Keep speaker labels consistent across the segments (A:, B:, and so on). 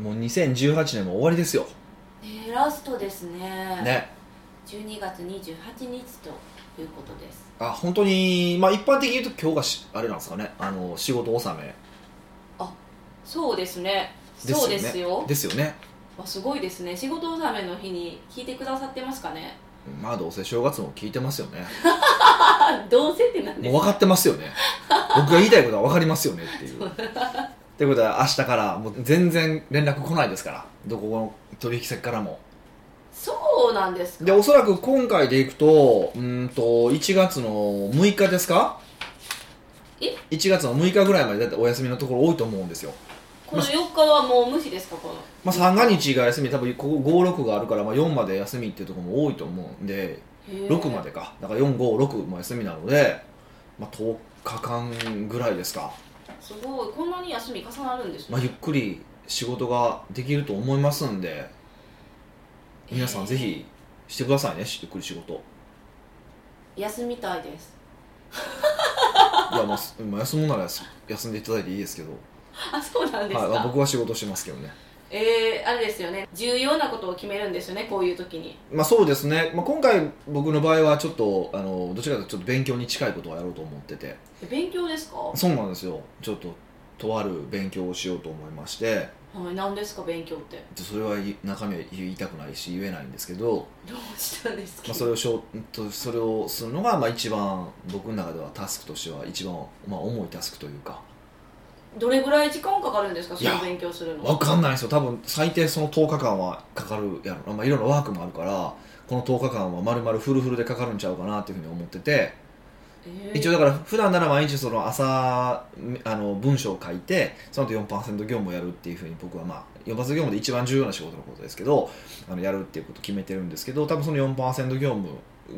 A: もう2018年も終わりですよ
B: ねラストですね
A: ね
B: 12月28日ということです
A: あ本当にまあ一般的に言うと今日がしあれなんですかねあの仕事納め
B: そうですね
A: ですよね
B: そうですよ
A: ですよね
B: あすごいですね仕事納めの日に聞いてくださってますかね
A: まあどうせ正月も聞いてますよね
B: あどうせってなんで
A: もう
B: す
A: 分かってますよね 僕が言いたいことは分かりますよねっていう
B: そう
A: ということで明日からもう全然連絡来ないですからどこの取引先からも
B: そうなんです
A: で
B: か
A: おそらく今回でいくとうーんと1月の6日ですか
B: え
A: ?1 月の6日ぐらいまでだってお休みのところ多いと思うんですよ、
B: この4日はもう無視ですかこの
A: まあ、三が日が休み多分56があるから、まあ、4まで休みっていうところも多いと思うんで6
B: 6
A: までかだから456も休みなので、まあ、10日間ぐらいですか、
B: すごいこんなに休み重なるんですね
A: まあ、ゆっくり仕事ができると思いますんで皆さんぜひしてくださいねしゆっくり仕事
B: 休みたいです
A: いやまあす まあ休むなら休休んでいただいていいですけど
B: あそうなんです
A: は
B: か、
A: いまあ、僕は仕事してますけどね
B: えー、あれですよね重要なことを決めるんですよねこういう時に
A: まあそうですね、まあ、今回僕の場合はちょっとあのどちらかというとちょっと勉強に近いことをやろうと思ってて
B: 勉強ですか
A: そうなんですよちょっととある勉強をしようと思いまして
B: はい何ですか勉強って
A: それは言中身は言いたくないし言えないんですけど、
B: どうしたんですか、
A: まあ、それをしょうとそれをするのがまあ一番僕の中ではタスクとしては一番、まあ、重いタスクというか
B: どれぐらい時間かかるんですかそ
A: いや
B: の勉強するの
A: わかんないですよ多分最低その10日間はかかるやろな、まあ、いろんなワークもあるからこの10日間は丸々フルフルでかかるんちゃうかなっていうふうに思ってて
B: えー
A: 一応だから普段なら毎日その朝みあの文章を書いてその後4%業務をやるっていうふうに僕はまあ4%業務で一番重要な仕事のことですけどあのやるっていうことを決めてるんですけど多分その4%業務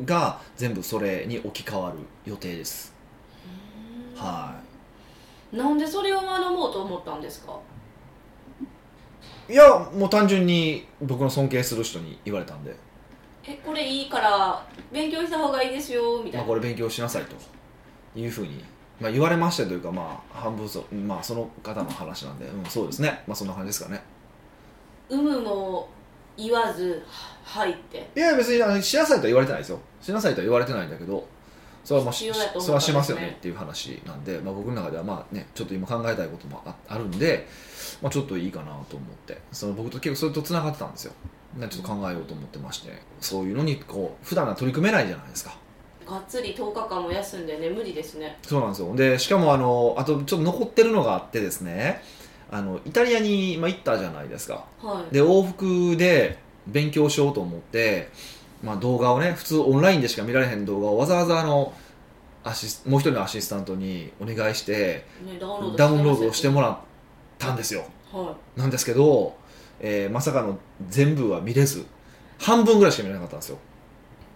A: が全部それに置き換わる予定です
B: うーん
A: は
B: なんでそれを学ぼうと思ったんですか
A: いいやもう単純に僕の尊敬する人に言われたんで、
B: えこれいいから勉強した方がいいですよみた
A: ま
B: い
A: あ、
B: な、
A: これ勉強しなさいというふうに、まあ、言われましたというかまあ半分そ,、まあ、その方の話なんで、うん、そうですねまあそんな感じですかね
B: 有無も言わずははいって
A: いや別にあのしなさいとは言われてないですよしなさいとは言われてないんだけどそれはまあし
B: 必要だと思ったんです
A: そ
B: ね
A: れはしますよねっていう話なんで、まあ、僕の中ではまあねちょっと今考えたいこともああるんで、まあ、ちょっといいかなと思ってその僕と結構それとつながってたんですよなんかちょっと考えようと思ってましてそういうのにこう普段は取り組めないじゃないですか
B: がっつり10日間も休んでね無理ですね
A: そうなんですよでしかもあのあとちょっと残ってるのがあってですねあのイタリアに、まあ、行ったじゃないですか
B: はい
A: で往復で勉強しようと思って、まあ、動画をね普通オンラインでしか見られへん動画をわざわざあのアシスもう一人のアシスタントにお願いして
B: ねダウンロード
A: ダウンロードを
B: し
A: してても
B: ま
A: らったんですよ
B: すよはい
A: なんですけど、えーまさかの全部は見れず半分ぐらいしか見れなかったんですよ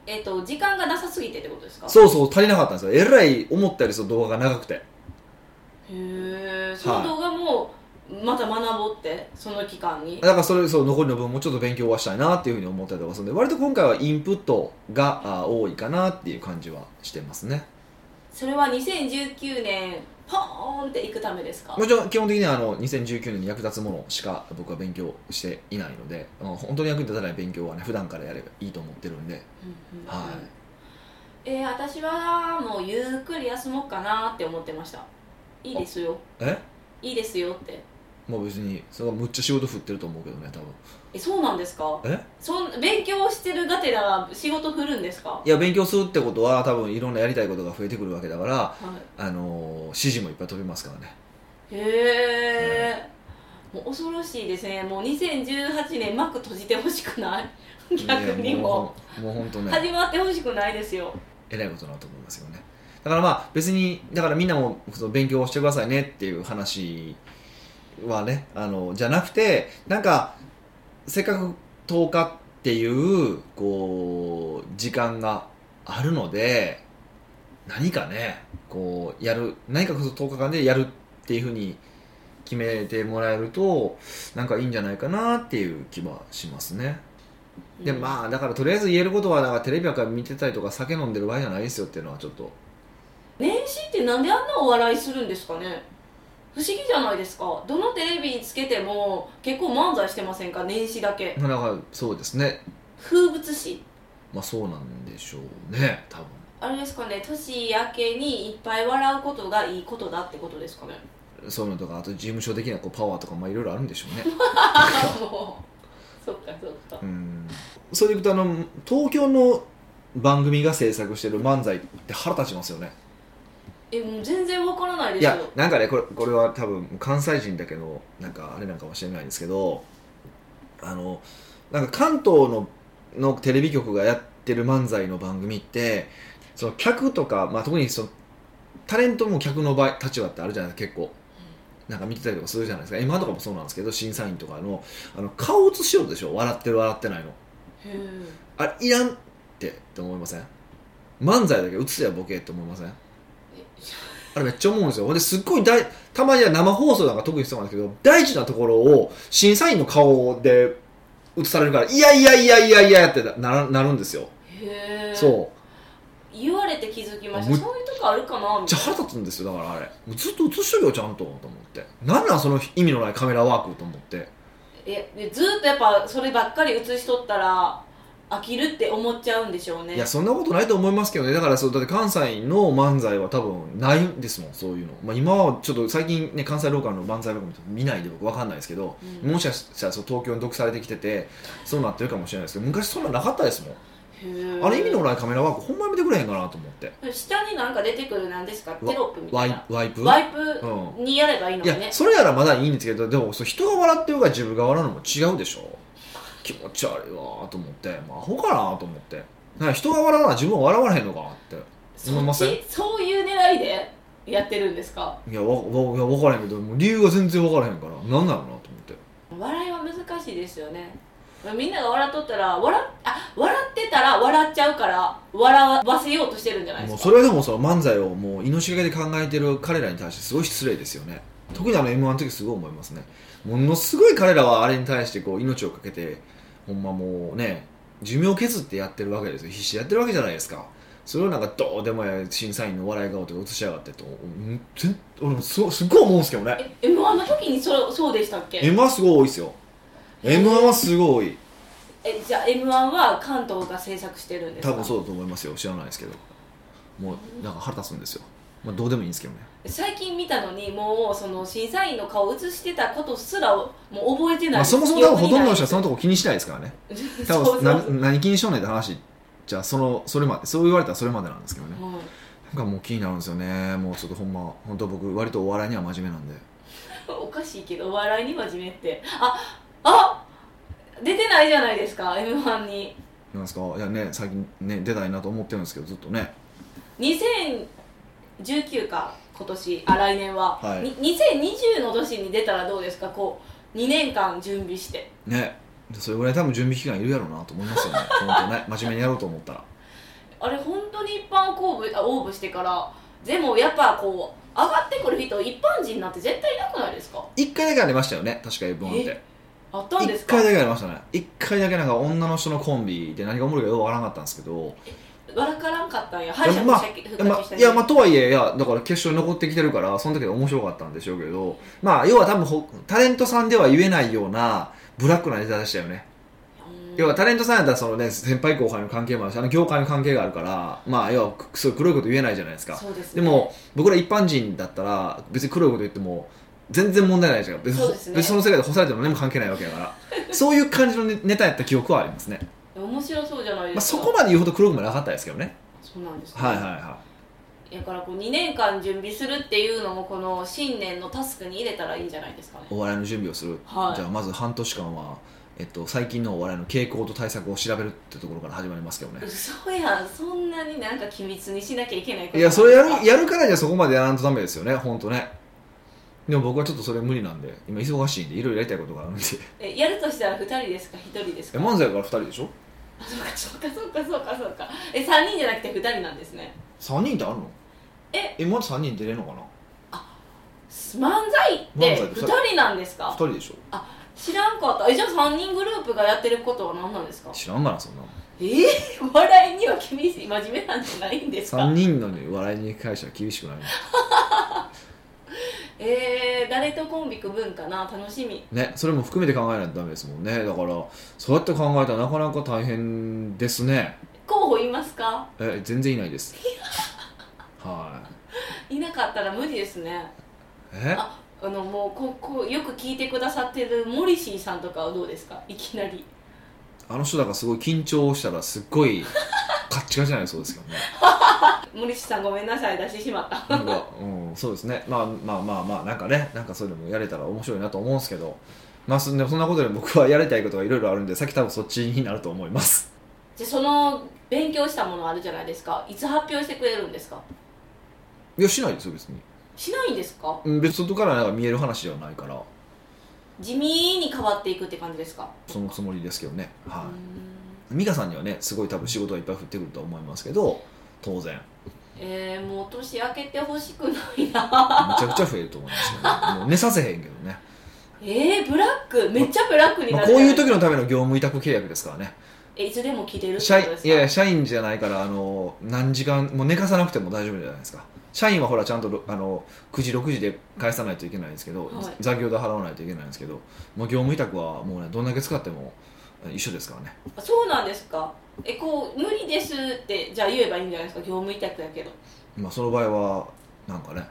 B: えっ、と時間がなさすぎてってことですか
A: そうそう足りなかったんですよえらい思ったよりその動画が長くて
B: へえその動画もまた学ぼうってその期間に
A: だからそれそう残りの分もちょっと勉強はしたいなっていうふうに思ったりとかするんで割と今回はインプットがあー多いかなっていう感じはしてますね
B: それは2019年ポーンっていくためですか
A: もちろん基本的にはあの2019年に役立つものしか僕は勉強していないのであの本当に役に立たない勉強はね普段からやればいいと思ってるんで、
B: うんうんうん
A: は
B: えー私はもうゆっくり休もうかなって思ってましたいいですよ
A: い、え
B: いいですよって
A: もう別にそれはむっちゃ仕事振ってると思うけどね多分
B: えそうなんですか
A: え
B: そん勉強してるがてら仕事振るんですかはい
A: や勉強するってことは多分いろんなやりたいことが増えてくるわけだから、
B: い
A: あのー指示もいっぱい飛びますからね
B: へえ、もう恐ろしいですねもう2018年幕閉じてほしくない逆にも
A: いやもうもう本当
B: う
A: ね
B: 始まってほしくないですよ
A: えらいことになると思いますよねだからまあ別にだからみんなもその勉強をしてくださいねっていう話はねあのじゃなくてなんかせっかく10日っていうこう時間があるので何かねこうやる何かこそ10日間でやるっていうふうに決めてもらえるとなんかいいんじゃないかなっていう気はしますね。でまあだからとりあえず言えることはなんかテレビなんか見てたりとか酒飲んでる場合じゃないですよっていうのはちょっと
B: 年始ってなんであんなお笑いするんですかね不思議じゃないですかどのテレビにつけても結構漫才してませんか年始だけ
A: まあなんかそうですね
B: 風物詩
A: まあそうなんでしょうね多分
B: あれですかね年明けにいっぱい笑うことがいいことだってことですかね
A: そういうのとかあと事務所的なこうパワーとかまあいろいろあるんでしょうね
B: も うそっかそっか
A: うんそれでいくとあの東京の番組が制作してる漫才って腹立ちますよね
B: えもう全然わからないで
A: い
B: すよ
A: やなんかねこれこれは多分関西人だけのなんかあれなんかもしれないんですけどあのなんか関東ののテレビ局がやってる漫才の番組ってその客とか、まあ、特にそのタレントも客の場合立場ってあるじゃないですか結構なんか見てたりとかするじゃないですか今とかもそうなんですけど審査員とかのあの顔写しようでしょ笑ってる笑ってないの
B: へえ
A: あれいらんってって思いません漫才だけ写せやボケって思いませんあれめっちゃ思うんですよほんですっごい大たまには生放送なんか特にそうなんですけど大事なところを審査員の顔で映されるからいやいやいやいやいやってなななるんですよ、
B: へえ
A: そう
B: 言われて気づきまし
A: む
B: たそういうとこあるかな
A: めっ
B: み
A: ち
B: た
A: ゃ
B: いな
A: 腹立つんですよだからあれもうずっと映しとけよちゃんとと思ってなんなんその意味のないカメラワークと思って
B: えでずーっとやっぱそればっかり映しとったら飽きるって思っちゃうんでしょうね
A: いやそんなことないと思いますけどねだからそうだって関西の漫才は多分ないんですもんそういうの、まあ、今はちょっと最近ね関西ローカルの漫才とか見ないで僕分かんないですけど、
B: うん
A: もしかしたらそう東京に毒されてきててそうなってるかもしれないですけど昔そんななかったですもん、
B: へえ
A: あれ意味のないカメラワークほんまやめてくれへんかなと思って
B: 下になんか出てくるなんですか
A: わ
B: テロップみた
A: ワ
B: い
A: イ
B: な
A: ワイプ
B: ワイプ
A: う
B: にやればいいの
A: ん、い
B: に
A: や
B: ね
A: それならまだいいんですけどでもそう人が笑ってるから自分が笑うのも違うでしょ気持ち悪いわーと思って、まあ、アホかなと思ってなんか人が笑わな自分は笑われへんのかなって
B: そ
A: 思いま
B: っ
A: せん
B: ちそういう狙いでやってるんですか
A: いや、わ、わ、いや、わからへんけど、もう理由が全然わからへんから、なんなのなと思って。
B: 笑いは難しいですよねみんなが笑っとったら笑っあ笑ってたら笑っちゃうから笑わせようとしてるんじゃないで
A: もう
B: す
A: そ
B: か
A: れはでもその漫才をもう命がけで考えてる彼らに対してすごい失礼ですよね。特にあの M1 の時すごい思いますね。ものすごい彼らはあれに対してこう命をかけて、ほんまもうね、寿命を削ってやってるわけですよ。必死でやってるわけじゃないですか。それをなんかどうでもや審査員の笑い顔とか映しやがってと、うん全俺もすすっごい思うんですけどね。
B: え M−1 の時にそそうでしたっけ
A: M1 はすごい多いですよ。M1 はすごい多い。
B: えじゃあ M1 は関東が制作してるんです
A: 多
B: か
A: 分そうだと思いますよ知らないですけどもうなんか腹立つんですよ、まあ、どうでもいいんですけどね
B: 最近見たのにもうその審査員の顔映してたことすらもう覚えてない、
A: まあ、そもそも多分ほとんどの人はそ
B: の
A: のとこ気にしないですからね多
B: そうそう
A: 分な何気にしようねんって話じゃあそのそれまでそう言われたらそれまでなんですけどね
B: はい
A: なんかもう気になるんですよねもうちょっとほんま本当僕割とお笑いには真面目なんで
B: おかしいけどお笑いに真面目ってああ出てないじゃないですか m 1に
A: なんですかいやね最近ね出たいなと思ってるんですけどずっとね
B: 2019か今年あ来年は、
A: はい
B: に2020の年に出たらどうですかこう2年間準備して
A: ねそれぐらい多分準備期間いるやろうなと思いますよね本当ね真面目にやろうと思ったら
B: あれ本当に一般公募あ応募してからでもやっぱこう上がってくる人一般人なんて絶対いなくないですか
A: 1回だけありましたよね確か M1 って
B: えあったんで
A: 一
B: すか
A: 回だけありましたね一回だけなんか女の人のコンビで何がおもろいかよくわからなかったんですけど
B: 笑からんかったんや敗者復活
A: いやま
B: 復活した
A: いやまあとはいえいやだから決勝に残ってきてるからその時は面白かったんでしょうけどまあ要は多分ほタレントさんでは言えないようなブラックなネタでしたよね、
B: うん
A: 要はタレントさんやったらそのね先輩後輩の関係もあるしあの業界の関係があるからまあ要はくそういう黒いこと言えないじゃないですか
B: そうです、
A: で
B: ね、
A: も僕ら一般人だったら別に黒いこと言っても全然問題ないじゃん別に
B: そうですね
A: 別にその世界で干されても何も関係ないわけだから そういう感じのネネタやった記憶はありますね
B: 面白そうじゃない
A: ま
B: で
A: あ、
B: す
A: そ
B: か、
A: こまで言うほど黒くもなかったですけどね
B: そうなんですね
A: はいはいは
B: だからこう2年間準備するっていうのもこの新年のタスクに入れたらいいんじゃないですかね
A: いお笑いの準備をする、
B: はい
A: じゃあまず半年間は、えっと、最近のお笑いの傾向と対策を調べるってところから始まりますけどね
B: 嘘やんそんなになんか機密にしなきゃいけないこと
A: いやそれやるやるからにはそこまでやらんとダメですよね本当ねでも僕はちょっとそれ無理なんで今忙しいんでいろいろやりたいことがあるんで
B: えやるとしたら2人ですか1人です
A: え
B: か
A: 漫才から2人でしょ
B: あそうかそうかそうかそうかそうかえ3人じゃなくて2人なんですね
A: 3人ってあるの
B: え
A: えまだ3人出れるのかな
B: 漫才って
A: 漫才って
B: 2人なんです
A: 2
B: か
A: 人でしょ
B: 知らんかったえじゃあ3人グループがやってることは何なんですか
A: 知らんがなそんな
B: えー、笑いには厳しい真面目なんじゃないんですか
A: 3人の、ね、笑いに関しては厳しくない
B: ええー、誰とコンビ組むんかな楽しみ
A: ね、それも含めて考えないとダメですもんねだからそうやって考えたらなかなか大変ですね
B: 候補いますか
A: え全然いないですはい
B: なかったら無理ですね
A: いえ
B: ああのもうここよく聞いてくださってるモリシーさんとかはどうですかいきなり
A: あの人だからすごい緊張したらすっごいカッチカチになりそうですけどね
B: モリシーさんごめんなさい出してしまった
A: なんか、うん、そうですねまあまあまあまあなんかねなんかそういうのもやれたら面白いなと思うんですけどまあそんでそんなことより僕はやりたいことがいろいろあるんでさっき多分そっちになると思います
B: じゃあその勉強したものあるじゃないですかいつ発表してくれるんですか
A: いやしないですよ別に
B: しないんですか
A: うん別に外からなんか見える話ではないから
B: 地味に変わっていくって感じですか
A: そのつもりですけどねは
B: うーん
A: い美香さんにはねすごい多分仕事がいっぱい降ってくると思いますけど当然
B: えー、もう年明けてほしくないな
A: め ちゃくちゃ増えると思いますけど、ね、もう寝させへんけどね、
B: えー、ブラックめっちゃブラックに
A: ま
B: な
A: あ、
B: るじ
A: こ
B: ゃ
A: う
B: ないいう
A: 時のための業務委託契約ですからね
B: えいつでも聞いてるってこ
A: 社員
B: とですか
A: いやいや社員じゃないからあの何時間もう寝かさなくても大丈夫じゃないですか社員はほらちゃんとろあの9時6時で返さないといけないんですけど、
B: はい
A: 残業で払わないといけないんですけどもう業務委託はもうねどんだけ使っても一緒ですからね
B: あそうなんですかえこう無理ですってじゃあ言えばいいんじゃないですか業務委託だけど
A: まあ、その場合はなんかね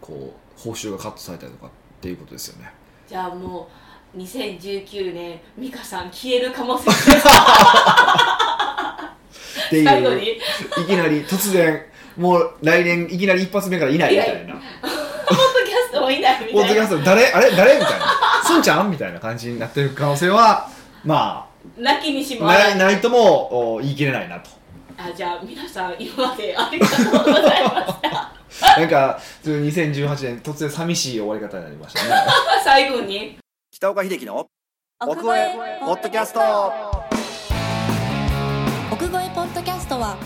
A: こう報酬がカットされたりとかっていうことですよね
B: じゃあもう2019年美香さん消える可能性
A: って
B: 最後
A: いう
B: に
A: いきなり突然もう来年いきなり一発目からいないみたいな
B: ポッドキャストもいないみ
A: ポッ
B: た
A: ドキ
B: いな
A: ャスト誰あれ誰みたいなすんちゃんみたいな感じになってる可能性はま
B: 泣きにし
A: あ
B: もあら
A: ない
B: ず
A: ないともお言い切れないなと
B: あじゃあ皆さん今までありがとうございました
A: なんかちょっと2018年突然寂しい終わり方になりましたね
B: 最後に
A: 北岡秀樹の
C: 奥越えポッドキャスト奥越えポッドキャストは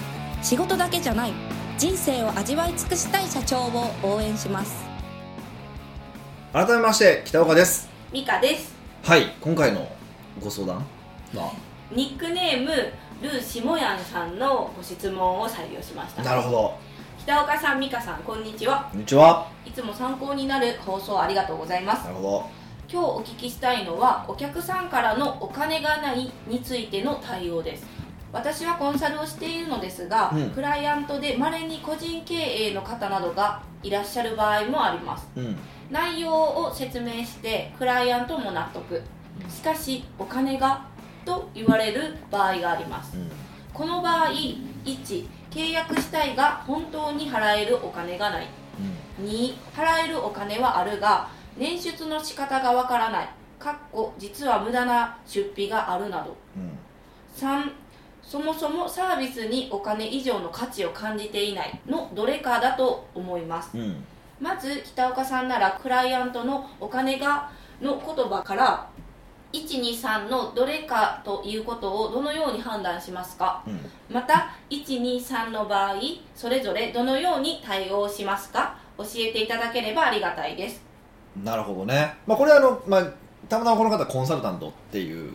C: 仕事だけじゃない人生を味わい尽くしたい社長を応援します
A: 改めまして北岡です
B: 美香です
A: はい今回のご相談は
B: ニックネームルーシモヤンさんのご質問を採用しました
A: なるほど
B: 北岡さん美香さんこんにちは
A: こんにちはい
B: つも参考になる放送ありがとうございます
A: なるほど
B: 今日お聞きしたいのはお客さんからのお金がないについての対応です私はコンサルをしているのですが、
A: うん
B: クライアントでまれに個人経営の方などがいらっしゃる場合もあります
A: うん
B: 内容を説明してクライアントも納得しかしお金がと言われる場合があります
A: うん
B: この場合1契約したいが本当に払えるお金がない2払えるお金はあるが捻出の仕方がわからないかっこ実は無駄な出費があるなど
A: うんうん
B: 3そもそもサービスにお金以上の価値を感じていないのどれかだと思います
A: うん
B: まず北岡さんならクライアントのお金がの言葉から123のどれかということをどのように判断しますか
A: うん
B: また123の場合それぞれどのように対応しますか教えていただければありがたいです
A: なるほどね、まあ、これはあの、まあ、たまたまこの方コンサルタントっていう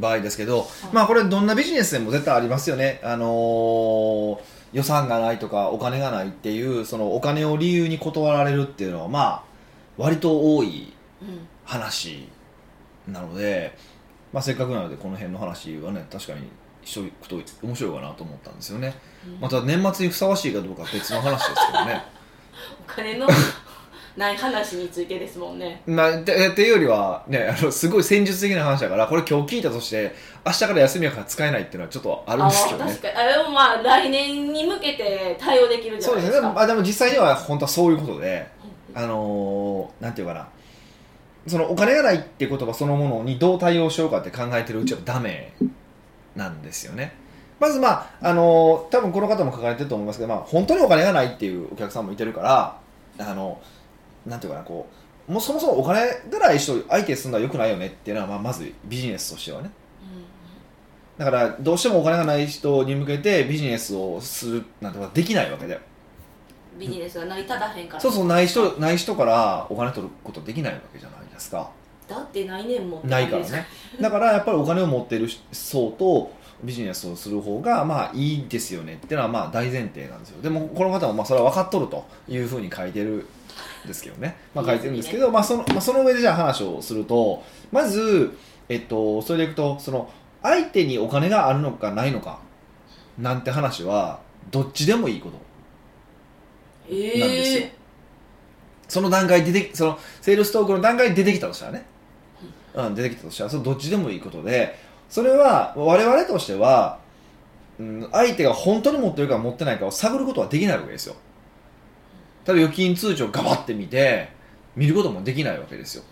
A: 場合ですけど、まあ、これどんなビジネスでも絶対ありますよね、あのー予算がないとかお金がないっていうそのお金を理由に断られるっていうのはまあ割と多い
B: うん
A: 話なので、まあ、せっかくなのでこの辺の話はね確かにしておくと面白いかなと思ったんですよねまた年末にふさわしいかどうかは別の話ですけどね
B: お 金のない話についてですもんね
A: まあ、て っていうよりは、ね、あのすごい戦術的な話だからこれ今日聞いたとして明日から休みやから使えないっていうのはちょっとあるんですけどね
B: 確かにあでもまあ来年に向けて対応できるんじゃ
A: そう
B: な
A: で
B: い
A: すね
B: です
A: で
B: か
A: もあでも実際には本当はそういうことで、
B: うん
A: あのーなんていうかなそのお金がないっていう言葉そのものにどう対応しようかって考えてるうちはダメなんですよねまずまあ、あのー多分この方も書かれてると思いますけど、まあ、本当にお金がないっていうお客さんもいてるからあのなんていうかなこうもうそもそもお金がない人相手するのはよくないよねっていうのは、まあ、まずビジネスとしてはねだからどうしてもお金がない人に向けてビジネスをするなんてことはできないわけだよ
B: うんビジネスが成り立たへんから
A: そうそうない人ない人からお金取ることできないわけじゃないですか
B: だってないねんもん
A: ないからねだからやっぱりお金を持ってる層とビジネスをする方がまあいいですよねっていうのはまあ大前提なんですよでもこの方もまあそれは分かっとるというふうに書いてるですけどね、まあ、書いてるんですけど、まあそのまあ、その上でじゃあ話をするとまず、えっと、それでいくとその相手にお金があるのかないのかなんて話はどっちでもいいこと
B: ええ
A: なんですよその段階で出てきそのセールストークの段階で出てきたとしたらね、うん、出てきたとしたらそれどっちでもいいことでそれは我々としては、うん、相手が本当に持ってるか持ってないかを探ることはできないわけですよただ預金通帳をガバって見て見ることもできないわけ ですよ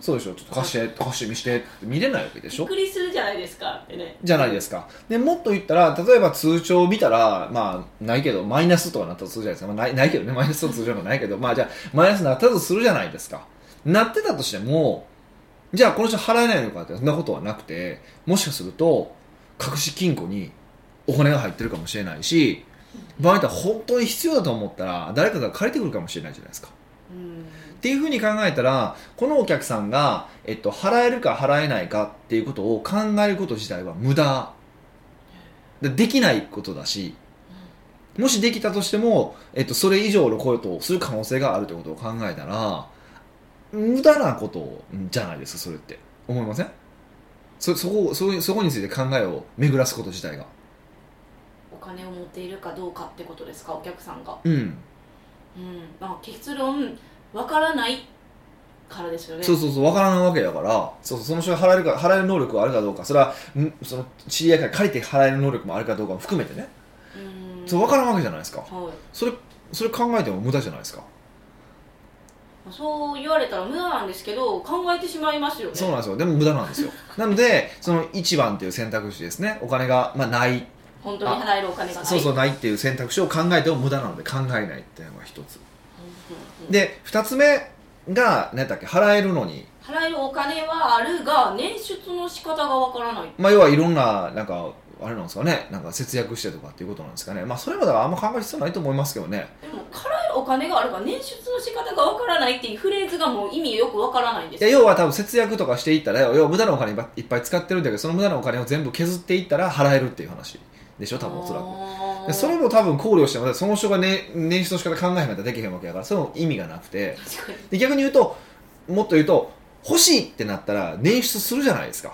A: そうでしょちょっと貸して貸して見してって見れないわけでし
B: びっ
A: ょ
B: くりするじゃないですかってね
A: じゃないですかでもっと言ったら例えば通帳を見たらまあないけどマイナスとかなったとするじゃないですか、まあ、ないないけどねマイナスの通帳もないけどまあじゃあマイナスになったとするじゃないですかなってたとしてもじゃあこの人払えないのかってそんなことはなくてもしかすると隠し金庫にお金が入ってるかもしれないし場合によっては本当に必要だと思ったら誰かが借りてくるかもしれないじゃないですか
B: うん
A: っていうふうに考えたらこのお客さんが、えっと、払えるか払えないかっていうことを考えること自体は無駄でできないことだしもしできたとしても、えっと、それ以上のことをする可能性があるということを考えたら無駄なことじゃないですかそれって思いませんそそこそそこについて考えを巡らすこと自体が
B: お金を持っているかどうかってことですかお客さんが
A: うん
B: うんまあ結論わからないからですよね
A: そうそうそう分からないわけだからそうそうその人が払えるか払える能力があるかどうかそれはんその知り合いから借りて払える能力もあるかどうかも含めてね
B: うん
A: そう分からんわけじゃないですか
B: はい
A: それそれ考えても無駄じゃないですか
B: そう言われたら無駄なんですけど考えてしまいますよね
A: そうなんですよでも無駄なん ですよなのでその1番っていう選択肢ですねお金が、まあ、ない
B: 本当に払えるお金がない
A: そうそううないっていう選択肢を考えても無駄なので考えないっていうのが一つ
B: んうんうん
A: で2つ目が何だっけ払えるのに
B: 払えるお金はあるが捻出の仕方がわからない
A: まあ、要はいろんな、なんか、あれなんですかね、なんか節約してとかっていうことなんですかね。まあ、それまではあんま考える必要ないと思いますけどね。
B: でも払えるお金があるが捻出の仕方がわからないっていうフレーズがもう意味よくわからないんで
A: い
B: す
A: や
B: よ
A: 要は多分節約とかしていったら、要は無駄なお金いっぱいいっぱい使ってるんだけど、その無駄なお金を全部削っていったら払えるっていう話でしょ、多分おそらく。
B: あ
A: で
B: ー
A: それも多分考慮しても、その人が、ね、年収の仕方考えへんかったらできへんわけだから、それも意味がなくて。
B: 確かに
A: で逆に言うと、もっと言うと、欲しいってなったら捻出するじゃないですか。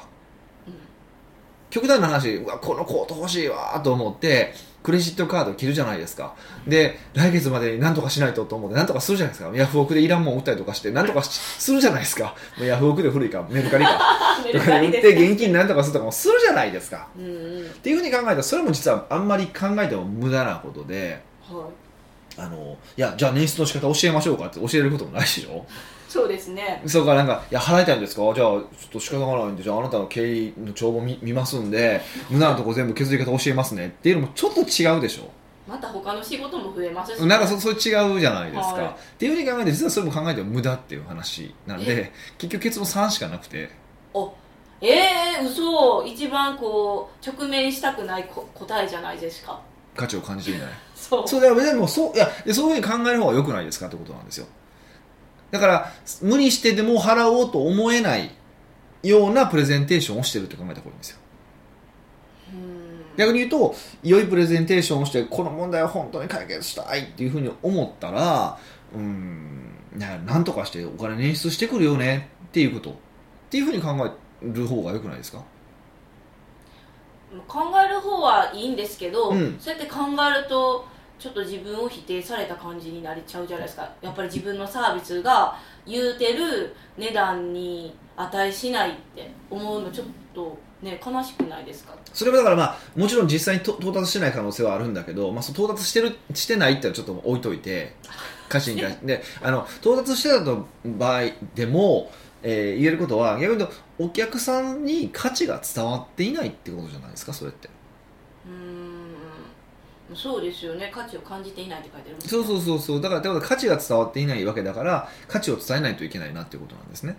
A: 極端な話うわこのコート欲しいわと思ってクレジットカード切るじゃないですかで来月までに何とかしないとと思って何とかするじゃないですかヤフオクでいらんもん売ったりとかして何とかしするじゃないですかもうヤフオクで古いかメルカリか
B: あ メ
A: と
B: ル
A: か
B: カ
A: で
B: リ
A: 売っ
B: で
A: て現金何とかするとかもするじゃないですか
B: うんうん
A: っ
B: はい
A: ていうふうに考えたらそれも実はあんまり考えても無駄なことであのいやじゃあ捻出の仕方教えましょうかって教えることもないでしょ
B: そうですね
A: そうか、なんか、いや、払いたいんですかじゃあ、ちょっと仕方がないんで、じゃあ、あなたの経理の帳簿見見ますんで、無駄なとこ全部削り方教えますねっていうのもちょっと違うでしょ
B: また他の仕事も増えますし
A: なんかそ、それ違うじゃないですか。
B: はい
A: っていうふうに考えて、実はそれも考えても無駄っていう話なんで、結局結論3しかなくて、
B: ええー、嘘一番こう直面したくないこ答えじゃないですか
A: 価値を感じていない。
B: そう
A: そうだよ、でもそう、いや、でそういうふうに考える方が良くないですかってことなんですよ。だから、無理してでも払おうと思えないようなプレゼンテーションをしてるって考えた方がいいんですよ。
B: うん
A: 逆に言うと良いプレゼンテーションをしてこの問題を本当に解決したいっていうふうに思ったらうーんねなんとかしてお金捻出してくるよねっていうことっていうふうに考える方が良くないですか
B: 考える方はいいんですけど、
A: うん
B: そうやって考えるとちょっと自分を否定された感じになりちゃうじゃないですかやっぱり自分のサービスが言うてる値段に値しないって思うのちょっとね悲しくないですか
A: それはだからまあもちろん実際にと到達してない可能性はあるんだけど、まあ、その到達してるしてないってのはちょっと置いといて歌詞に対してであの到達してたと場合でも、えー言えることは逆に言うとお客さんに価値が伝わっていないってことじゃないですかそれって。
B: うーんそうですよね価値を感じていないって書いてあります
A: そうそうそうそうだからってことは価値が伝わっていないわけだから価値を伝えないといけないなっていうことなんですね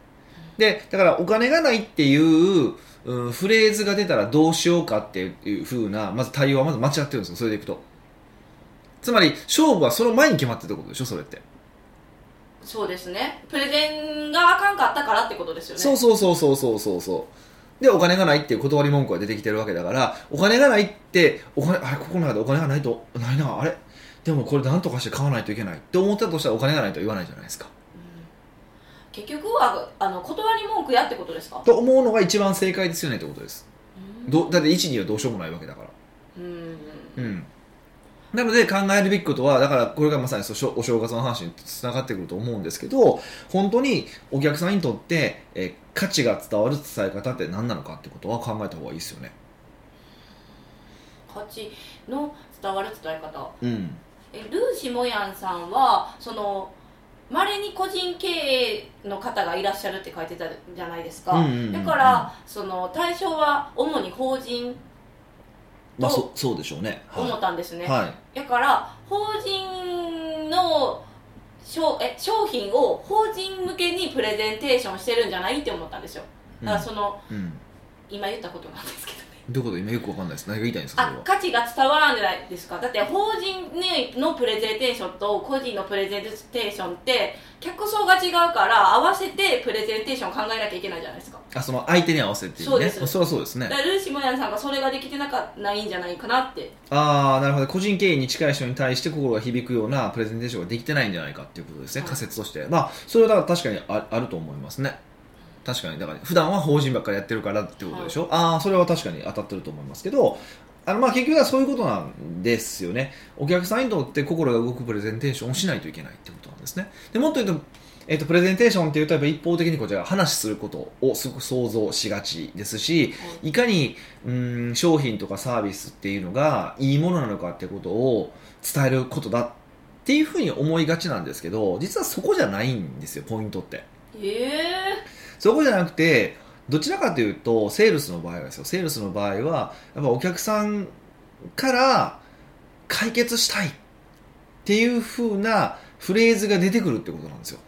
A: でだからお金がないっていう、うんフレーズが出たらどうしようかっていうふうなまず対応はまず間違ってるんですよそれでいくとつまり勝負はその前に決まってるってことでしょそれって、
B: そうですねプレゼンがあかんかったからってことですよね
A: そうそうそうそうそうそうそうでお金がないっていう断り文句が出てきてるわけだからお金がないってお金あれここの中でお金がないとないなあれでもこれなんとかして買わないといけないって思ったとしたらお金がないとは言わないじゃないですか
B: 結局はあの断り文句やってことですか
A: と思うのが一番正解ですよねってことです
B: うん
A: どだって1にはどうしようもないわけだから
B: うん
A: うんなので考えるべきことはだからこれがまさにそうしょお正月の話につながってくると思うんですけど本当にお客さんにとって、えー価値が伝わる伝え方って何なのかってことは考えた方がいいですよね
B: 価値の伝わる伝え方
A: うん
B: えルーシモヤンさんはそのまれに個人経営の方がいらっしゃるって書いてたじゃないですか、
A: うんうんうんうん
B: だからその対象は主に法人
A: まあそそうでしょうね
B: 思っ
A: は
B: たんです
A: い、
B: ね、
A: はい、
B: だから法人の商え商品を法人向けにプレゼンテーションしてるんじゃないって思ったんですよだからその、
A: うんうん
B: 今言ったことなんですけどね
A: どういうこと今よくわかんないです何が言いたいんですかそれ
B: あ
A: は
B: 価値が伝わらんじゃないですかだって法人にのプレゼンテーションと個人のプレゼンテーションって客層が違うから合わせてプレゼンテーションを考えなきゃいけないじゃないですか
A: あその相手に合わせてっていうね
B: そうです
A: それはそうです
B: だ
A: ね
B: からルーシモヤンさんがそれができてなかないんじゃないかなって
A: ああなるほど個人経営に近い人に対して心が響くようなプレゼンテーションができてないんじゃないかっていうことですね、
B: はい
A: 仮説としてまあそれはだから確かにああると思いますね確かにだから普段は法人ばっかりやってるからってことでしょ、ああそれは確かに当たってると思いますけどあのまあ結局はそういうことなんですよねお客さんにとって心が動くプレゼンテーションをしないといけないってことなんですねでもっと言うとえっと、プレゼンテーションっていうとやっぱ一方的にこちらが話することをすごく想像しがちですし、いかにうーん商品とかサービスっていうのがいいものなのかってことを伝えることだっていうふうに思いがちなんですけど実はそこじゃないんですよポイントって
B: ええ
A: そこじゃなくてどちらかというとセールスの場合はですよセールスの場合はやっぱお客さんから解決したいっていうふうなフレーズが出てくるってことなんですよ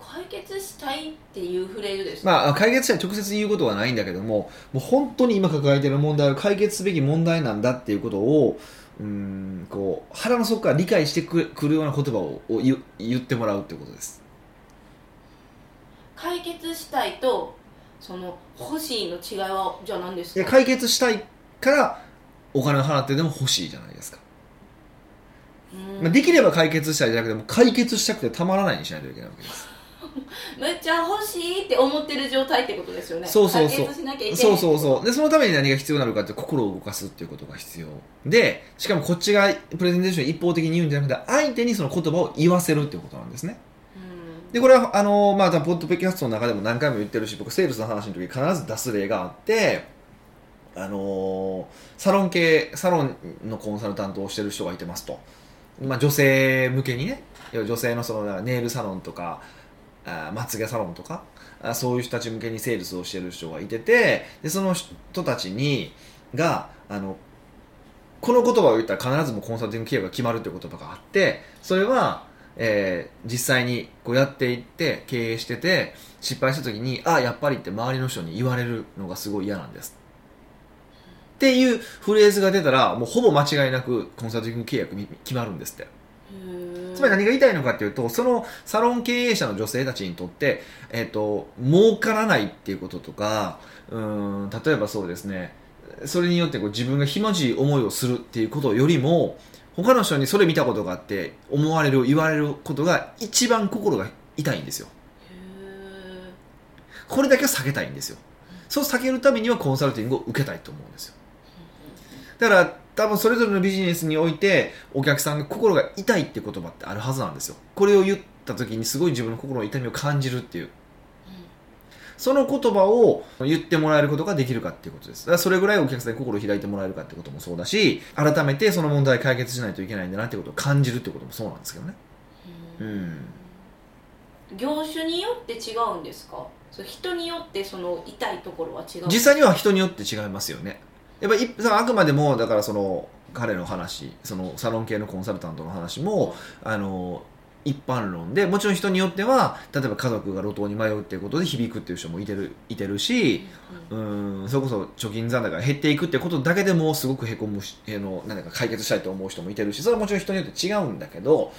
B: 解決したいっていうフレーズです、
A: まあ、解決者に直接言うことはないんだけどももう本当に今抱えている問題を解決すべき問題なんだっていうことをうーんこう腹の底から理解してくくるような言葉をを言う言ってもらうってことです
B: 解決したいとその欲しいの違いはじゃあ何です
A: いや
B: か
A: 解決したいからお金を払ってでも欲しいじゃないですか、
B: うん
A: まあ、できれば解決したいじゃなくてもう解決したくてたまらないにしないといけないわけです
B: めっちゃ欲しいって思ってる状態ってことですよね
A: そうそうそう
B: 解決しなきゃいけない
A: そうそうそうでそのために何が必要なのかって心を動かすっていうことが必要でしかもこっちがプレゼンテーション一方的に言うんじゃなくて相手にその言葉を言わせるっていうことなんですね
B: うん
A: でこれはあのまあ、ポッドペキャストの中でも何回も言ってるし僕セールスの話の時必ず出す例があってあのサロン系サロンのコンサルタントをしてる人がいてますと、まあ、女性向けにね要は女性のそのネイルサロンとかあーまつげサロンとかあーそういう人たち向けにセールスをしてる人がいててでその人たちにがあのこの言葉を言ったら必ずもうコンサルティング契約が決まるという言葉があってそれは、えー実際にこうやっていって経営してて失敗した時にああやっぱりって周りの人に言われるのがすごい嫌なんですっていうフレーズが出たらもうほぼ間違いなくコンサルティング契約に決まるんですってつまり何が言いたいのかっていうと、そのサロン経営者の女性たちにとって、えっ、と、儲からないっていうこととか、うーん、例えばそうですね、それによってこう自分がひまじい思いをするっていうことよりも、他の人にそれ見たことがあって思われる、言われることが一番心が痛いんですよ。
B: へ
A: これだけは避けたいんですよ。そう避けるためにはコンサルティングを受けたいと思うんですよ。だから多分それぞれのビジネスにおいてお客さんが心が痛いって言葉ってあるはずなんですよこれを言った時にすごい自分の心の痛みを感じるっていうその言葉を言ってもらえることができるかっていうことですだからそれぐらいお客さんに心を開いてもらえるかってこともそうだし改めてその問題を解決しないといけないんだなってことを感じるってこともそうなんですけどね
B: う
A: うんん
B: 業種によって違うんですかそう人によってその痛いところは違う
A: 実際には人によって違いますよねやっぱりあくまでもだからその彼の話そのサロン系のコンサルタントの話もあの一般論でもちろん人によっては例えば家族が路頭に迷うっていうことで響くっていう人もいてるいてるしうーんそれこそ貯金残高が減っていくってことだけでもすごくへこむしあのなんだか解決したいと思う人もいてるしそれはもちろん人によって違うんだけど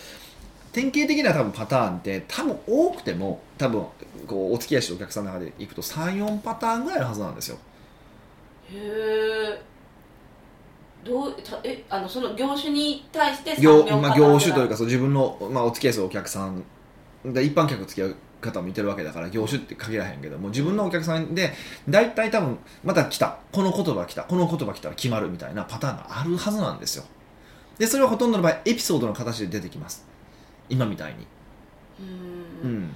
A: 典型的な多分パターンって多分多くても多分こうお付き合いしてるお客さんの中でいくと34パターンぐらいのはずなんですよ
B: うんへえどうたえあのその業種に対して
A: 業,、
B: 産業
A: まあ、
B: パターン
A: 業種という
B: が
A: かそう自分の、まあ、お付き合いするお客さんで一般客と付き合う方もいてるわけだから業種って限らへんけども自分のお客さんで大体多分また来たこの言葉来たこの言葉来たら決まるみたいなパターンがあるはずなんですよでそれはほとんどの場合エピソードの形で出てきます今みたいにう
B: う
A: んん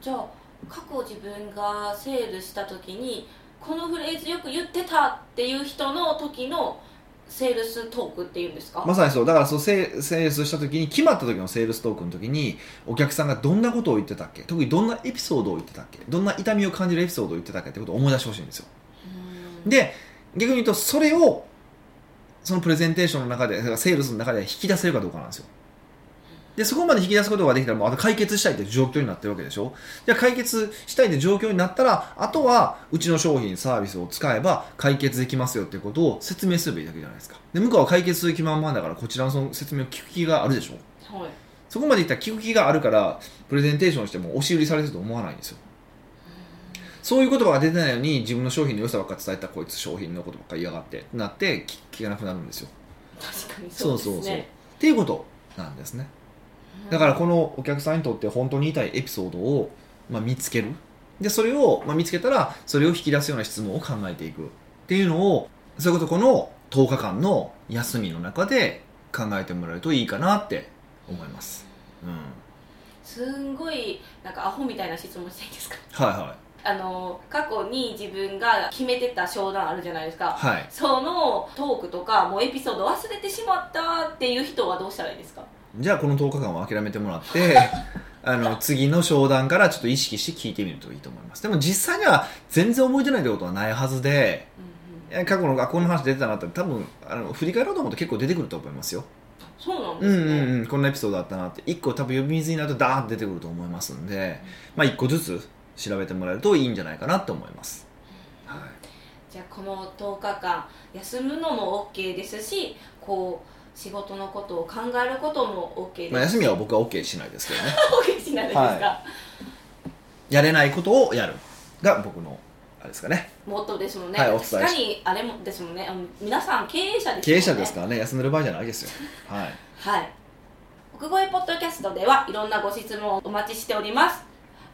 B: じゃあ過去自分がセールした時にこのフレーズよく言ってたっていう人の時のセールストークっていうんですか、
A: まさにそうだからそうセセールスした時に決まった時のセールストークの時にお客さんがどんなことを言ってたっけ特にどんなエピソードを言ってたっけどんな痛みを感じるエピソードを言ってたっけってことを思い出してほしいんですよ
B: うん
A: で逆に言うとそれをそのプレゼンテーションの中でだからセールスの中で引き出せるかどうかなんですよでそこまで引き出すことができたらもうあと解決したいという状況になってるわけでしょじゃあ解決したいという状況になったらあとはうちの商品サービスを使えば解決できますよっていうことを説明すればいいだけじゃないですかで向こうは解決する気満々だからこちらのその説明を聞く気があるでしょ
B: はい
A: そこまでいったら聞く気があるからプレゼンテーションしても押し売りされてると思わないんですよそういう言葉が出てないのに自分の商品の良さばっか伝えたこいつ商品のことばっかり言いやがってってなって聞聞かなくなるんですよ
B: 確かにそうですね
A: っていうことなんですねだからこのお客さんにとって本当に痛いエピソードを、まあ、見つけるでそれを、まあ、見つけたらそれを引き出すような質問を考えていくっていうのをそれこそこの10日間の休みの中で考えてもらえるといいかなって思います、うん、はい
B: すんごいなんかアホみたいな質問していいですか
A: は
B: あの過去に自分が決めてた商談あるじゃないですか、
A: いはい
B: そのトークとかもうエピソード忘れてしまったっていう人はどうしたらいいですか
A: じゃあこの10日間は諦めてもらって あの次の商談からちょっと意識して聞いてみるといいと思いますでも実際には全然覚えてないってことはないはずでいや過去の学校の話出てたなって多分あの振り返ろうと思うと結構出てくると思いますよ、
B: そうなんで
A: うん
B: す
A: う
B: ね、
A: んうんこんなエピソードあったなって1個多分呼び水になるとダーンと出てくると思いますんで、まあ、1個ずつ調べてもらえるといいんじゃないかなと思います、はい
B: じゃあこの10日間休むのも OK ですしこう仕事のことを考えることも OK ですし、
A: まあ、休みは僕は OK しないですけどね
B: OK しないですか、
A: はやれないことをやるが僕のあれですかね
B: もっとですもんね、
A: はいお伝えし
B: 確かにあれもですもんねあの皆さん経営者ですもんね
A: 経営者ですからね休んでる場合じゃないですよはい
B: はい奥越ポッドキャストではいろんなご質問をお待ちしております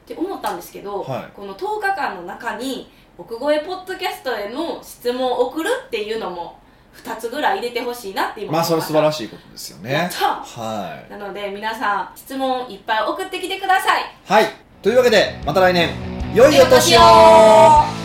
B: って思ったんですけど、
A: はい
B: この10日間の中に奥越ポッドキャストへの質問を送るっていうのも2つぐらい入れてほしいなって今
A: まあそれは素晴
B: し
A: らしいことですよ
B: や
A: ね
B: った
A: はい
B: なので皆さん質問いっぱい送ってきてください
A: はいというわけでまた来年良いお年を
B: 良いお年を